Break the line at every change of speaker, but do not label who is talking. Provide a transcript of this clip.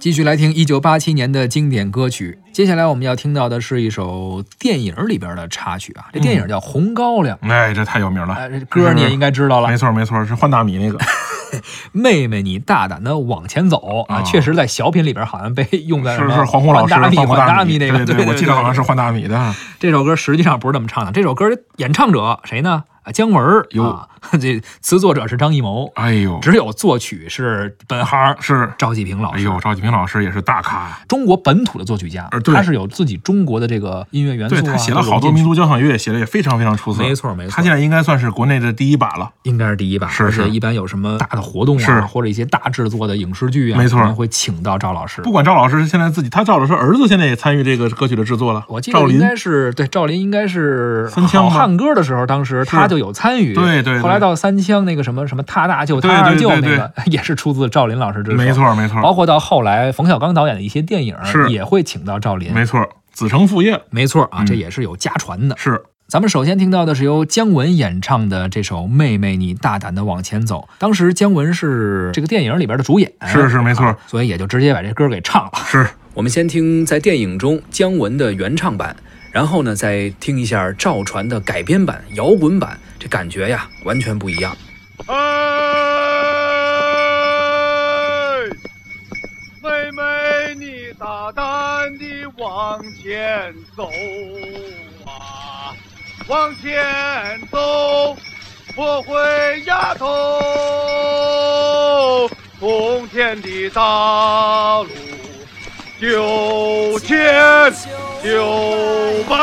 继续来听一九八七年的经典歌曲。接下来我们要听到的是一首电影里边的插曲啊，这电影
嗯
叫《红高粱》，
哎，这太有名了。
哎，这歌你也应该知道了
没。错没错，是换大米那个。
妹妹，你大胆的往前走啊！
啊
确实，在小品里边好像被用在
是
什么
是黄宏老师
换大米、
换
换大米
米
那
对
个，
对，我记得好像是换大米的。
这首歌实际上不是这么唱的，这首歌演唱者谁呢？啊，姜文儿
哟
啊， 这词作者是张艺谋，
哎呦，
只有作曲是本行
是，
赵继平老
哎
师。
呦，赵继平老师也是大咖呀。
中国本土的作曲家
呃，对
他是有自己中国的这个音乐元素
对
啊，
他写
都
了
融
好多
进去
民族交响乐，写的也非常非常出色。
没错没错
他现在应该算是国内的第一把了。
应该是第一吧。
是
而且
是
一般有什么大的活动
是
啊，或者一些大制作的影视剧啊，
没错
可能会请到赵老师
不。管赵老师现在自己，他赵老师儿子现在也参与这个歌曲的制作了。
我记
赵
得应
林
该是对赵林应该是
三枪
好
吗
汉歌的时候，当时他就有参与。
对对对
后来到三枪那个什么什么他大舅
对
他二舅
对
那
对
个， 也是出自赵林老师之手。
没。错没错
包括到后来冯小刚导演的一些电影
是
也会请到赵林。
没错，子承父业
没错啊，
嗯
这也是有家传的。
是
咱们首先听到的是由姜文演唱的这首《妹妹，你大胆的往前走》。当时姜文是这个电影里边的主演，
是是没错
啊所以也就直接把这歌给唱了。
是。
我们先听在电影中姜文的原唱版，然后呢再听一下赵传的改编版、摇滚版，这感觉呀完全不一样。
哎，妹妹，你大胆地往前走啊，往前走，不会丫头。通天的大路，九千九百